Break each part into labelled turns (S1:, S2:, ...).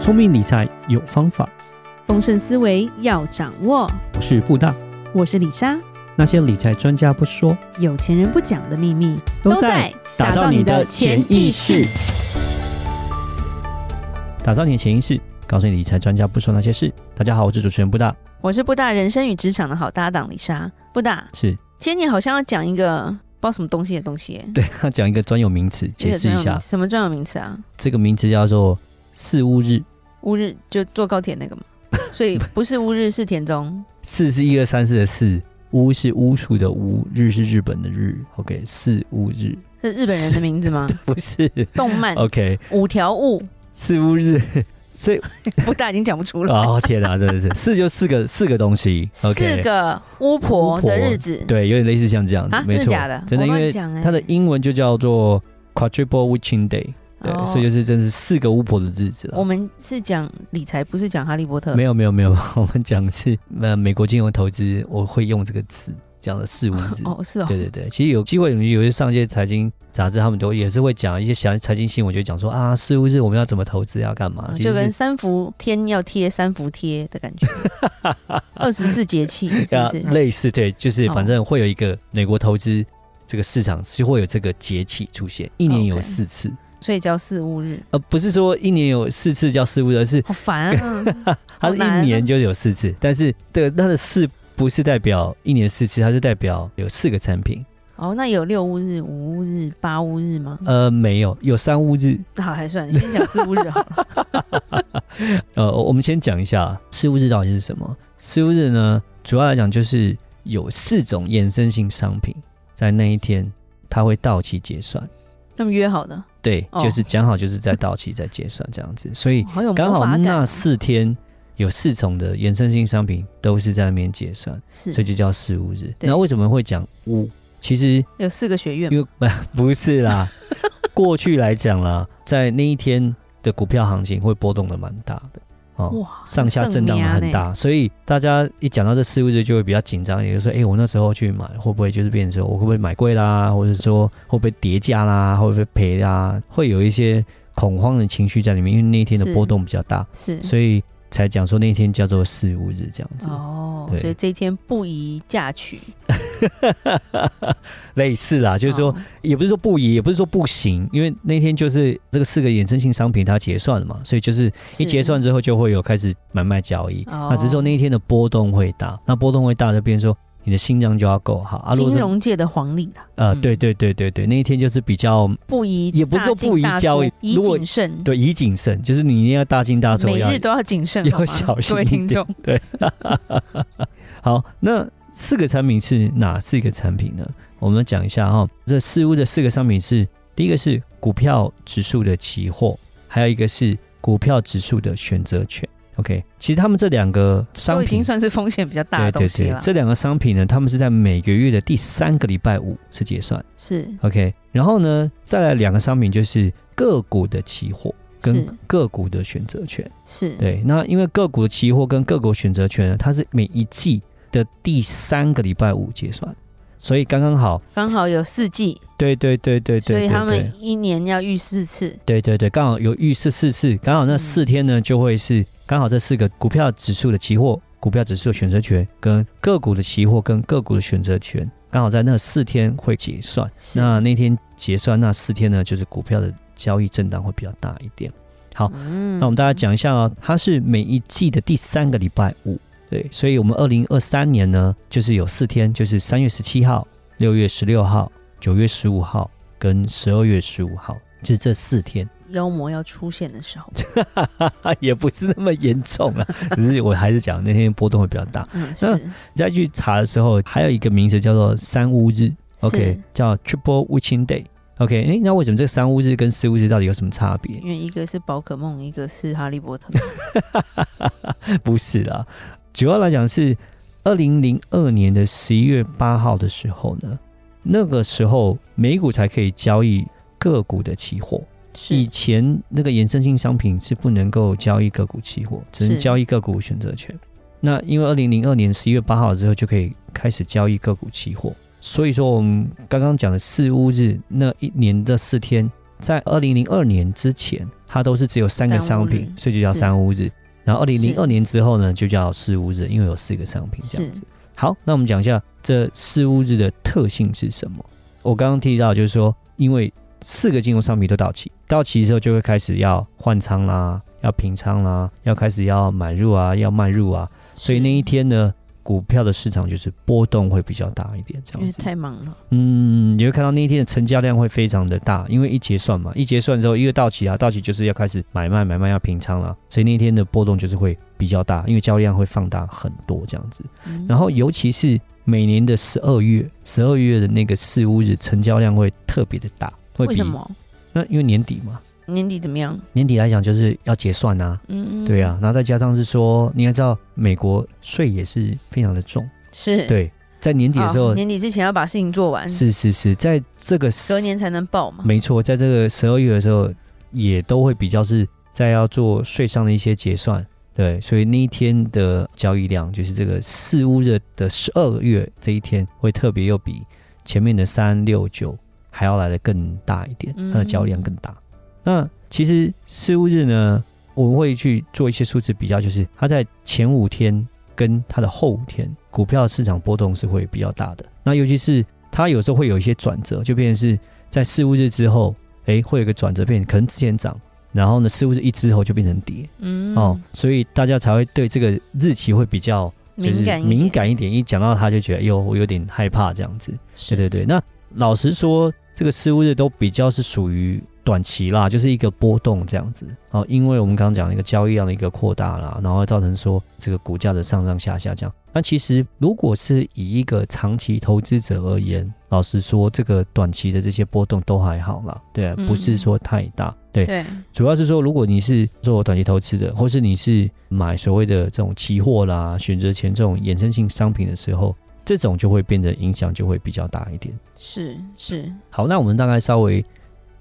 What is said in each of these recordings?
S1: 聪明理财有方法，
S2: 丰盛思维要掌握。
S1: 我是布大。
S2: 我是李莎，
S1: 那些理财专家不说，
S2: 有钱人不讲的秘密
S1: 打造你的潜意识。，打造你的潜意识，告诉你理财专家不说那些事。大家好，我是主持人布大，
S2: 我是布大人生与职场的好搭档李莎。布大，
S1: 是
S2: 今天你好像要讲一个不知道什么东西的东西耶，
S1: 对要讲一个专有名词，解释一
S2: 这个专有名
S1: 下
S2: 词，什么专有名词啊？
S1: 这个名词叫做四乌日。
S2: 乌日就坐高铁那 个嘛，所以不是乌日是田中。
S1: 四是一二三四的四，乌是巫术的巫，日是日本的日。OK，四乌日
S2: 是日本人的名字 吗？
S1: 不是
S2: 动漫
S1: OK，
S2: 五条悟，
S1: 四乌日。所以
S2: 布大已经讲不出来。
S1: 哦天哪，真的是四就四个四个东西
S2: 四
S1: ，OK，
S2: 个巫婆的日子，
S1: 对，有点类似像这样子，
S2: 啊，
S1: 没
S2: 真的
S1: 错，
S2: 假的？
S1: 真的，
S2: 我
S1: 因
S2: 乱
S1: 为
S2: 讲哎
S1: 它的英文就叫做 Quadruple Witching Day，对，
S2: 哦
S1: 所以就是真是四个巫婆的日子
S2: 我
S1: 了。
S2: 们是讲理财，不是讲哈利波特。
S1: 没有没有 没有，我们讲是呃美国金融投资，我会用这个词讲的四巫日。
S2: 哦，是哦，
S1: 对对对，其实有机会，我们有些上一些财经杂志，他们都也是会讲一些详财经新闻，就讲说啊，四巫日我们要怎么投资，要干嘛
S2: 嗯，
S1: 其实
S2: 就跟
S1: 是
S2: 三伏天要贴三伏贴 的感觉，二十四节气是不
S1: 啊
S2: 是？
S1: 类似对，就是
S2: 哦
S1: 反正会有一个美国投资这个市场是会有这个节气出现，一年有
S2: 哦 OK
S1: 四次。
S2: 所以叫四五日，
S1: 呃，不是说一年有四次叫四巫日，而是
S2: 好烦啊！
S1: 它是
S2: 好难
S1: 一年就有四次，但是这个它的四不是代表一年四次，它是代表有四个产品。
S2: 哦，那有六五日、五五日、八五日吗？
S1: 呃，没有，有三巫日。
S2: 好，还算先讲四五日好 了。
S1: 呃，我我们先讲一下四巫日到底是什么。四巫日呢，主要来讲就是有四种衍生性商品在那一天它会到期结算。
S2: 他们约好的，
S1: 对，
S2: 哦
S1: 就是讲好就是在到期再结算这样子，所以
S2: 好有
S1: 刚
S2: 魔
S1: 好
S2: 法感
S1: 那
S2: 哦，
S1: 四天有四种的衍生性商品都是在那边结算。所以
S2: 是
S1: 就叫四巫日。
S2: 对
S1: 然后为什么会讲巫？其实
S2: 有四个学院
S1: 因为不是 啦，过去来讲啦，在那一天的股票行情会波动的蛮大的哦，
S2: 哇，
S1: 上下震荡的
S2: 圣
S1: 很
S2: 明啊呢。
S1: 大，所以大家一讲到这四巫日就会比较紧张，也就是说，哎、我那时候去买会不会就是变成说我会不会买贵啦，或者说会不会跌价啦，会不会赔啦，会有一些恐慌的情绪在里面，因为那一天的
S2: 是
S1: 波动比较大，
S2: 是
S1: 所以才讲说那一天叫做四巫日这样子。
S2: 哦，
S1: 对
S2: 所以这一天不宜嫁娶，
S1: 类似啦，就是说
S2: 哦
S1: 也不是说不宜，也不是说不行，因为那天就是这个四个衍生性商品它结算了嘛，所以就是一结算之后就会有开始买卖交易。
S2: 哦
S1: 那只是说那一天的波动会大，那波动会大就变成说你的心脏就要够好啊。如果
S2: 金
S1: 是
S2: 融界的黄历啦，
S1: 呃，
S2: 嗯
S1: 对对对对对，那一天就是比较
S2: 不宜
S1: 也不是说
S2: 大进
S1: 不宜
S2: 大出
S1: 交易
S2: 宜
S1: 如果
S2: 谨慎，
S1: 对宜谨慎，就是你一定要大进大出，
S2: 每
S1: 要
S2: 日都要谨慎，
S1: 要
S2: 好吗
S1: 小心
S2: 各位
S1: 一
S2: 听
S1: 点
S2: 众。
S1: 对，好，那四个产品是哪四个产品呢？我们讲一下哈、这四屋的四个商品是：第一个是股票指数的期货，还有一个是股票指数的选择权。OK，其实他们这两个商
S2: 都已经
S1: 品，
S2: 算是风险比较大
S1: 对
S2: 的
S1: 对
S2: 东西
S1: 对
S2: 了，。
S1: 这两个商品呢，他们是在每个月的第三个礼拜五是结算。
S2: 是
S1: OK，然后呢，再来两个商品就是个股的期货跟
S2: 是嗯
S1: 个股的选择权。
S2: 是，
S1: 对，那因为个股期货跟个股选择权呢，它是每一季的第三个礼拜五结算，所以刚刚好。
S2: 刚好有四季，
S1: 对对对对
S2: 所
S1: 对对
S2: 以他
S1: 对
S2: 们一年要遇四次，
S1: 对对对，刚好有预示四次，刚好那
S2: 嗯
S1: 四天呢就会是刚好这四个股票指数的期货、股票指数的选择权跟个股的期货跟个股的选择权，刚好在那四天会结算。
S2: 是
S1: 那那天结算那四天呢，就是股票的交易震荡会比较大一点。好
S2: 嗯
S1: 那我们大家讲一下哦，它是每一季的第三个礼拜五，对，所以我们二零二三年呢，就是有四天，就是三月十七号、六月十六号、九月十五号跟十二月十五号，就是这四天，
S2: 妖魔要出现的时候，
S1: 也不是那么严重啊，只是我还是讲那天波动会比较大。
S2: 嗯
S1: 那
S2: 是
S1: 再去查的时候，还有一个名字叫做三巫日，OK，叫 Triple Witching Day。OK，哎，那为什么这三巫日跟四巫日到底有什么差别？
S2: 因为一个是宝可梦，一个是哈利波特，
S1: 不是啦，主要来讲是二零零二年的十一月八号的时候呢，那个时候美股才可以交易个股的期货。以
S2: 是
S1: 前那个衍生性商品是不能够交易个股期货，只能
S2: 是
S1: 交易个股选择权。那因为二零零二年十一月八号之后就可以开始交易个股期货，所以说我们刚刚讲的四乌日那一年的四天，在二零零二年之前，它都是只有三个商
S2: 三
S1: 品
S2: 屋，日
S1: 所以就叫
S2: 是
S1: 三屋日。然后二零零二
S2: 是
S1: 年之后呢，就叫四屋日，因为有四个商品这样
S2: 是
S1: 子。好，那我们讲一下这四屋日的特性是什么。我刚刚提到就是说，因为四个金融商品都到期，到期之后就会开始要换仓啦，要平仓啦，要开始要买入啊，要卖入啊，所以那一天呢，股票的市场就是波动会比较大一点，这
S2: 因
S1: 样
S2: 为
S1: 子。
S2: 太忙了，
S1: 嗯，你会看到那一天的成交量会非常的大，因为一结算嘛，一结算之后，因为到期啊，到期就是要开始买卖，买卖要平仓了，所以那一天的波动就是会比较大，因为交易量会放大很多这样子。
S2: 嗯
S1: 然后尤其是每年的十二月，十二月的那个四五日成交量会特别的大，会比
S2: 为什？么
S1: 那因为年底嘛，
S2: 年底怎么样？
S1: 年底来讲就是要结算呐、
S2: 嗯，嗯
S1: 对啊，，然后再加上是说，你也知道美国税也是非常的重，
S2: 是，
S1: 对，在年底的时
S2: 哦
S1: 候，
S2: 年底之前要把事情做完，
S1: 是是是，在这个
S2: 隔年才能报嘛。
S1: 没错，在这个十二月的时候，也都会比较是在要做税上的一些结算，对，所以那一天的交易量，就是这个四五日的十二月这一天，会特别又比前面的三六九还要来的更大一点，它的交易量更大。那其实四五日呢，我们会去做一些数字比较，就是它在前五天跟它的后五天，股票市场波动是会比较大的。那尤其是它有时候会有一些转折，就变成是在四五日之后，诶，会有一个转折变，可能之前涨，然后呢四五日一之后就变成跌、
S2: 嗯，
S1: 哦，，所以大家才会对这个日期会比较就是
S2: 敏感一点
S1: 敏，感一点，一讲到它就觉得哎呦我有点害怕这样子。对对对，那老实说，这个四五日都比较是属于短期啦，就是一个波动这样子。哦，因为我们刚刚讲那个交易量的一个扩大啦，然后造成说这个股价的上上下下这样。那其实如果是以一个长期投资者而言，老实说，这个短期的这些波动都还好啦，对啊、
S2: 嗯
S1: 不是说太大。对，
S2: 对，
S1: 主要是说，如果你是做短期投资的，或是你是买所谓的这种期货啦、选择权这种衍生性商品的时候，这种就会变得影响就会比较大一点。
S2: 是是，
S1: 好，那我们大概稍微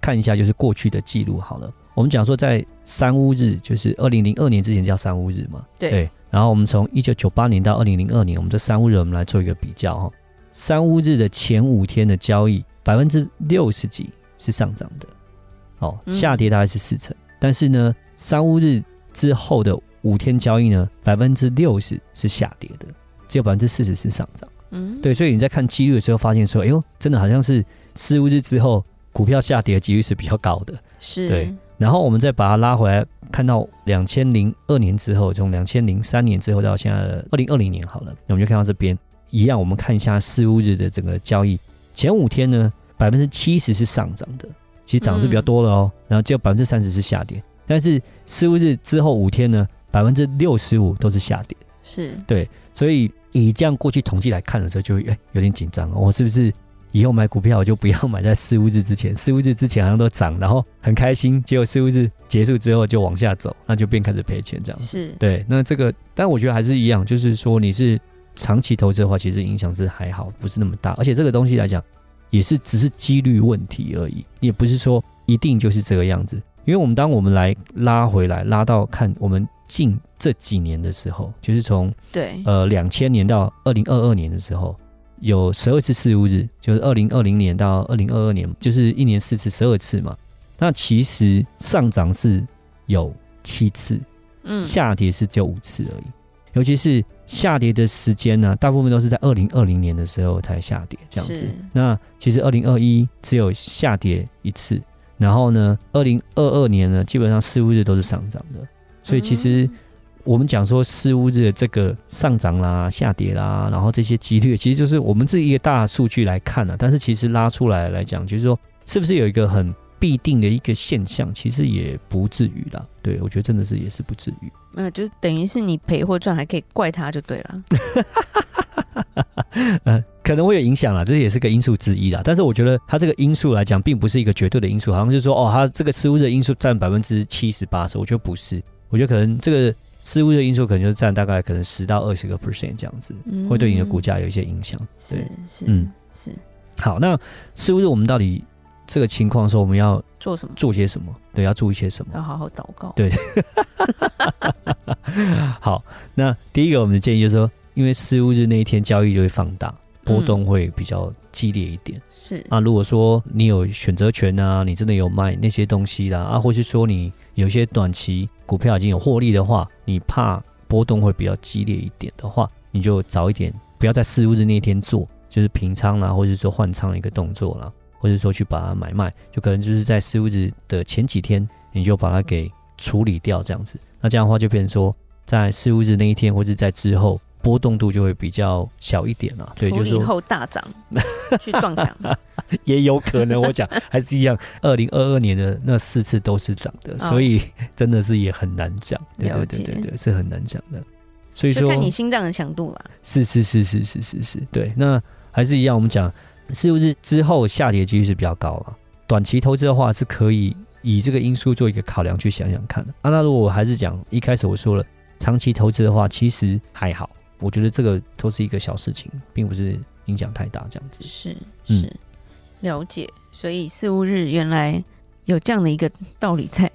S1: 看一下，就是过去的记录好了。我们讲说，在三屋日，就是二零零二年之前叫三屋日嘛，
S2: 对
S1: 然后我们从一九九八年到二零零二年，我们这三屋日我们来做一个比较哈、哦。三屋日的前五天的交易，百分之六十几是上涨的，哦，
S2: 嗯
S1: 下跌大概是四成。但是呢，三屋日之后的五天交易呢，百分之六十是下跌的，只有百分之四十是上涨。
S2: 嗯，
S1: 对，所以你在看几率的时候，发现说，哎呦，真的好像是四五日之后股票下跌的几率是比较高的。
S2: 是，
S1: 对，然后我们再把它拉回来，看到两千零二年之后，从两千零三年之后到现在二零二零年好了，那我们就看到这边一样，我们看一下四五日的整个交易，前五天呢，百分之七十是上涨的，其实涨是比较多了哦，然后只有百分之三十是下跌，但是四五日之后五天呢，百分之六十五都是下跌。
S2: 是
S1: 所以以这样过去统计来看的时候，就会哎有点紧张哦，我是不是以后买股票我就不要买在四五日之前？四五日之前好像都涨，然后很开心，结果四五日结束之后就往下走，那就变开始赔钱这样。
S2: 是，
S1: 对，那这个，但我觉得还是一样，就是说你是长期投资的话，其实影响是还好，不是那么大。而且这个东西来讲，也是只是几率问题而已，也不是说一定就是这个样子。因为我们当我们来拉回来，拉到看我们近这几年的时候，就是从
S2: 对，
S1: 呃两千年到二零二二年的时候，有十二次四五日，就是二零二零年到二零二二年，就是一年四次，十二次嘛。那其实上涨是有七次，
S2: 嗯，
S1: 下跌是只有五次而已。尤其是下跌的时间呢、大部分都是在二零二零年的时候才下跌这样子
S2: 是。
S1: 那其实二零二一只有下跌一次，然后呢，二零二二年呢，基本上四五日都是上涨的。所以其实
S2: 嗯
S1: 我们讲说四五日的这个上涨啦、下跌啦，然后这些几率，其实就是我们自己一个大数据来看呢、但是其实拉出来来讲，就是说是不是有一个很必定的一个现象，其实也不至于啦。对我觉得真的是也是不至于。
S2: 没有，就是等于是你赔或赚，还可以怪他就对了。
S1: 嗯，可能会有影响啦，这也是个因素之一啦。但是我觉得它这个因素来讲，并不是一个绝对的因素，好像就是说哦，它这个失误的因素占百分之七十八十，我觉得不是，我觉得可能这个失误的因素可能就占大概可能十到二十个 percent 这样子，
S2: 嗯
S1: 会对你的股价有一些影响。
S2: 是是
S1: 嗯
S2: 是
S1: 好，那失误日我们到底这个情况的时候，我们要
S2: 做什么？
S1: 做些什么？对，要注意些什么？
S2: 要好好祷告。
S1: 对好，
S2: 嗯
S1: 那第一个我们的建议就是说，因为失误日那一天交易就会放大，波动会比较激烈一点。
S2: 是
S1: 啊，如果说你有选择权啊，你真的有买那些东西啦，啊，或是说你有些短期股票已经有获利的话，你怕波动会比较激烈一点的话，你就早一点，不要在四五日那天做，就是平仓啦，或者说换仓的一个动作啦，或者说去把它买卖，就可能就是在四五日的前几天，你就把它给处理掉这样子。那这样的话就变成说，在四五日那一天，或者在之后。波动度就会比较小一点啦，对，
S2: 处
S1: 就是
S2: 理
S1: 说
S2: 后 大涨去撞墙，
S1: 也有可能，我讲还是一样， 二零二二年的那四次都是涨的，所以真的是也很难讲，对对
S2: 哦了
S1: 对
S2: 解
S1: 对对，是很难讲的。所以
S2: 就
S1: 说，
S2: 看你心脏的强度啦。
S1: 是是是是是是是，对，那还是一样，我们讲是不是之后下跌几率是比较高了？短期投资的话是可以以这个因素做一个考量去想想看的。啊，那如果我还是讲一开始我说了，长期投资的话其实还好，我觉得这个都是一个小事情，并不是影响太大这样子。
S2: 是
S1: 嗯
S2: 是，了解。所以四五日原来有这样的一个道理 在，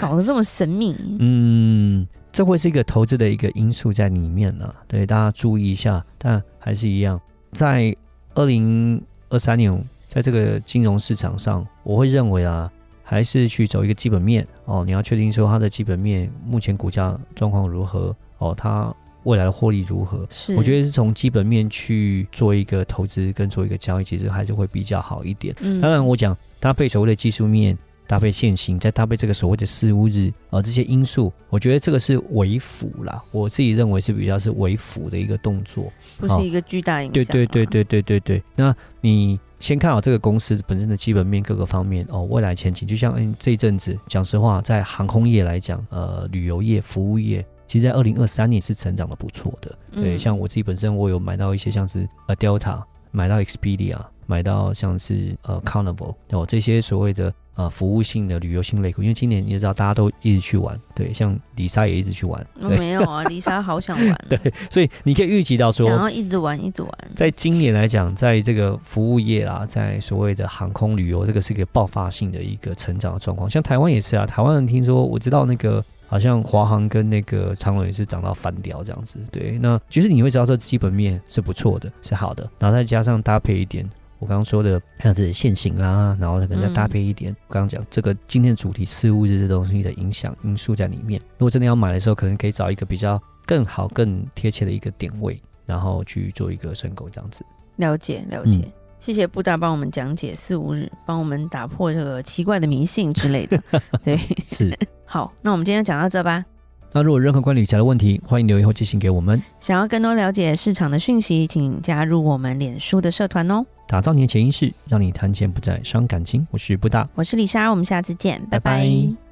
S2: 搞得这么神秘。
S1: 嗯，这会是一个投资的一个因素在里面呢、对，大家注意一下。但还是一样，在二零二三年，在这个金融市场上，我会认为啊，还是去走一个基本面哦。你要确定说它的基本面目前股价状况如何哦，它未来的获利如何。
S2: 是，
S1: 我觉
S2: 得，
S1: 得是从基本面去做一个投资跟做一个交易，其实还是会比较好一点。
S2: 嗯
S1: 当然，我讲搭配所谓的技术面，搭配现行，再搭配这个所谓的事物日啊、呃这些因素，我觉得这个是微幅啦，我自己认为是比较是微幅的一个动作。
S2: 不
S1: 哦
S2: 是一个巨大影响、啊
S1: 对对对，对对对对。那你先看好这个公司本身的基本面各个方面哦，未来前景。就像嗯这一阵子，讲实话，在航空业来讲，呃，旅游业、服务业。其实，在二零二三年是成长的不错的，对，
S2: 嗯
S1: 像我自己本身，我有买到一些像是呃 Delta，买到 Expedia，买到像是呃 Carnival 哦这些所谓的呃服务性的旅游性类股，因为今年你也知道大家都一直去玩，对，像李莎也一直去玩，
S2: 我
S1: 对
S2: 没有啊，丽莎好想玩啊，
S1: 对，所以你可以预期到说
S2: 想，要一直玩一直玩，
S1: 在今年来讲，在这个服务业啦，在所谓的航空旅游，这个是一个爆发性的一个成长的状况。像台湾也是啊，台湾人听说，我知道那个好像华航跟那个长荣也是涨到翻掉这样子。对，那其实你会知道这基本面是不错的，是好的，然后再加上搭配一点。我刚刚说的像是现行啦，然后可能再搭配一点，我刚刚讲这个今天的主题事物这些东西的影响因素在里面。如果真的要买的时候，可能可以找一个比较更好、更贴切的一个点位，然后去做一个申购这样子。
S2: 了解了解。
S1: 嗯
S2: 谢谢布大帮我们讲解四五日，帮我们打破这个奇怪的迷信之 类的。对，
S1: 是。
S2: 好，那我们今天就讲到这吧。
S1: 那如果有任何关于理财的问题，欢迎留言或寄信给我们。
S2: 想要更多了解市场的讯息，请加入我们脸书的社团哦。
S1: 打造你的潜意识，让你谈钱不再伤感情。我是布大，
S2: 我是李莎，我们下次见，拜
S1: 拜
S2: 拜
S1: 拜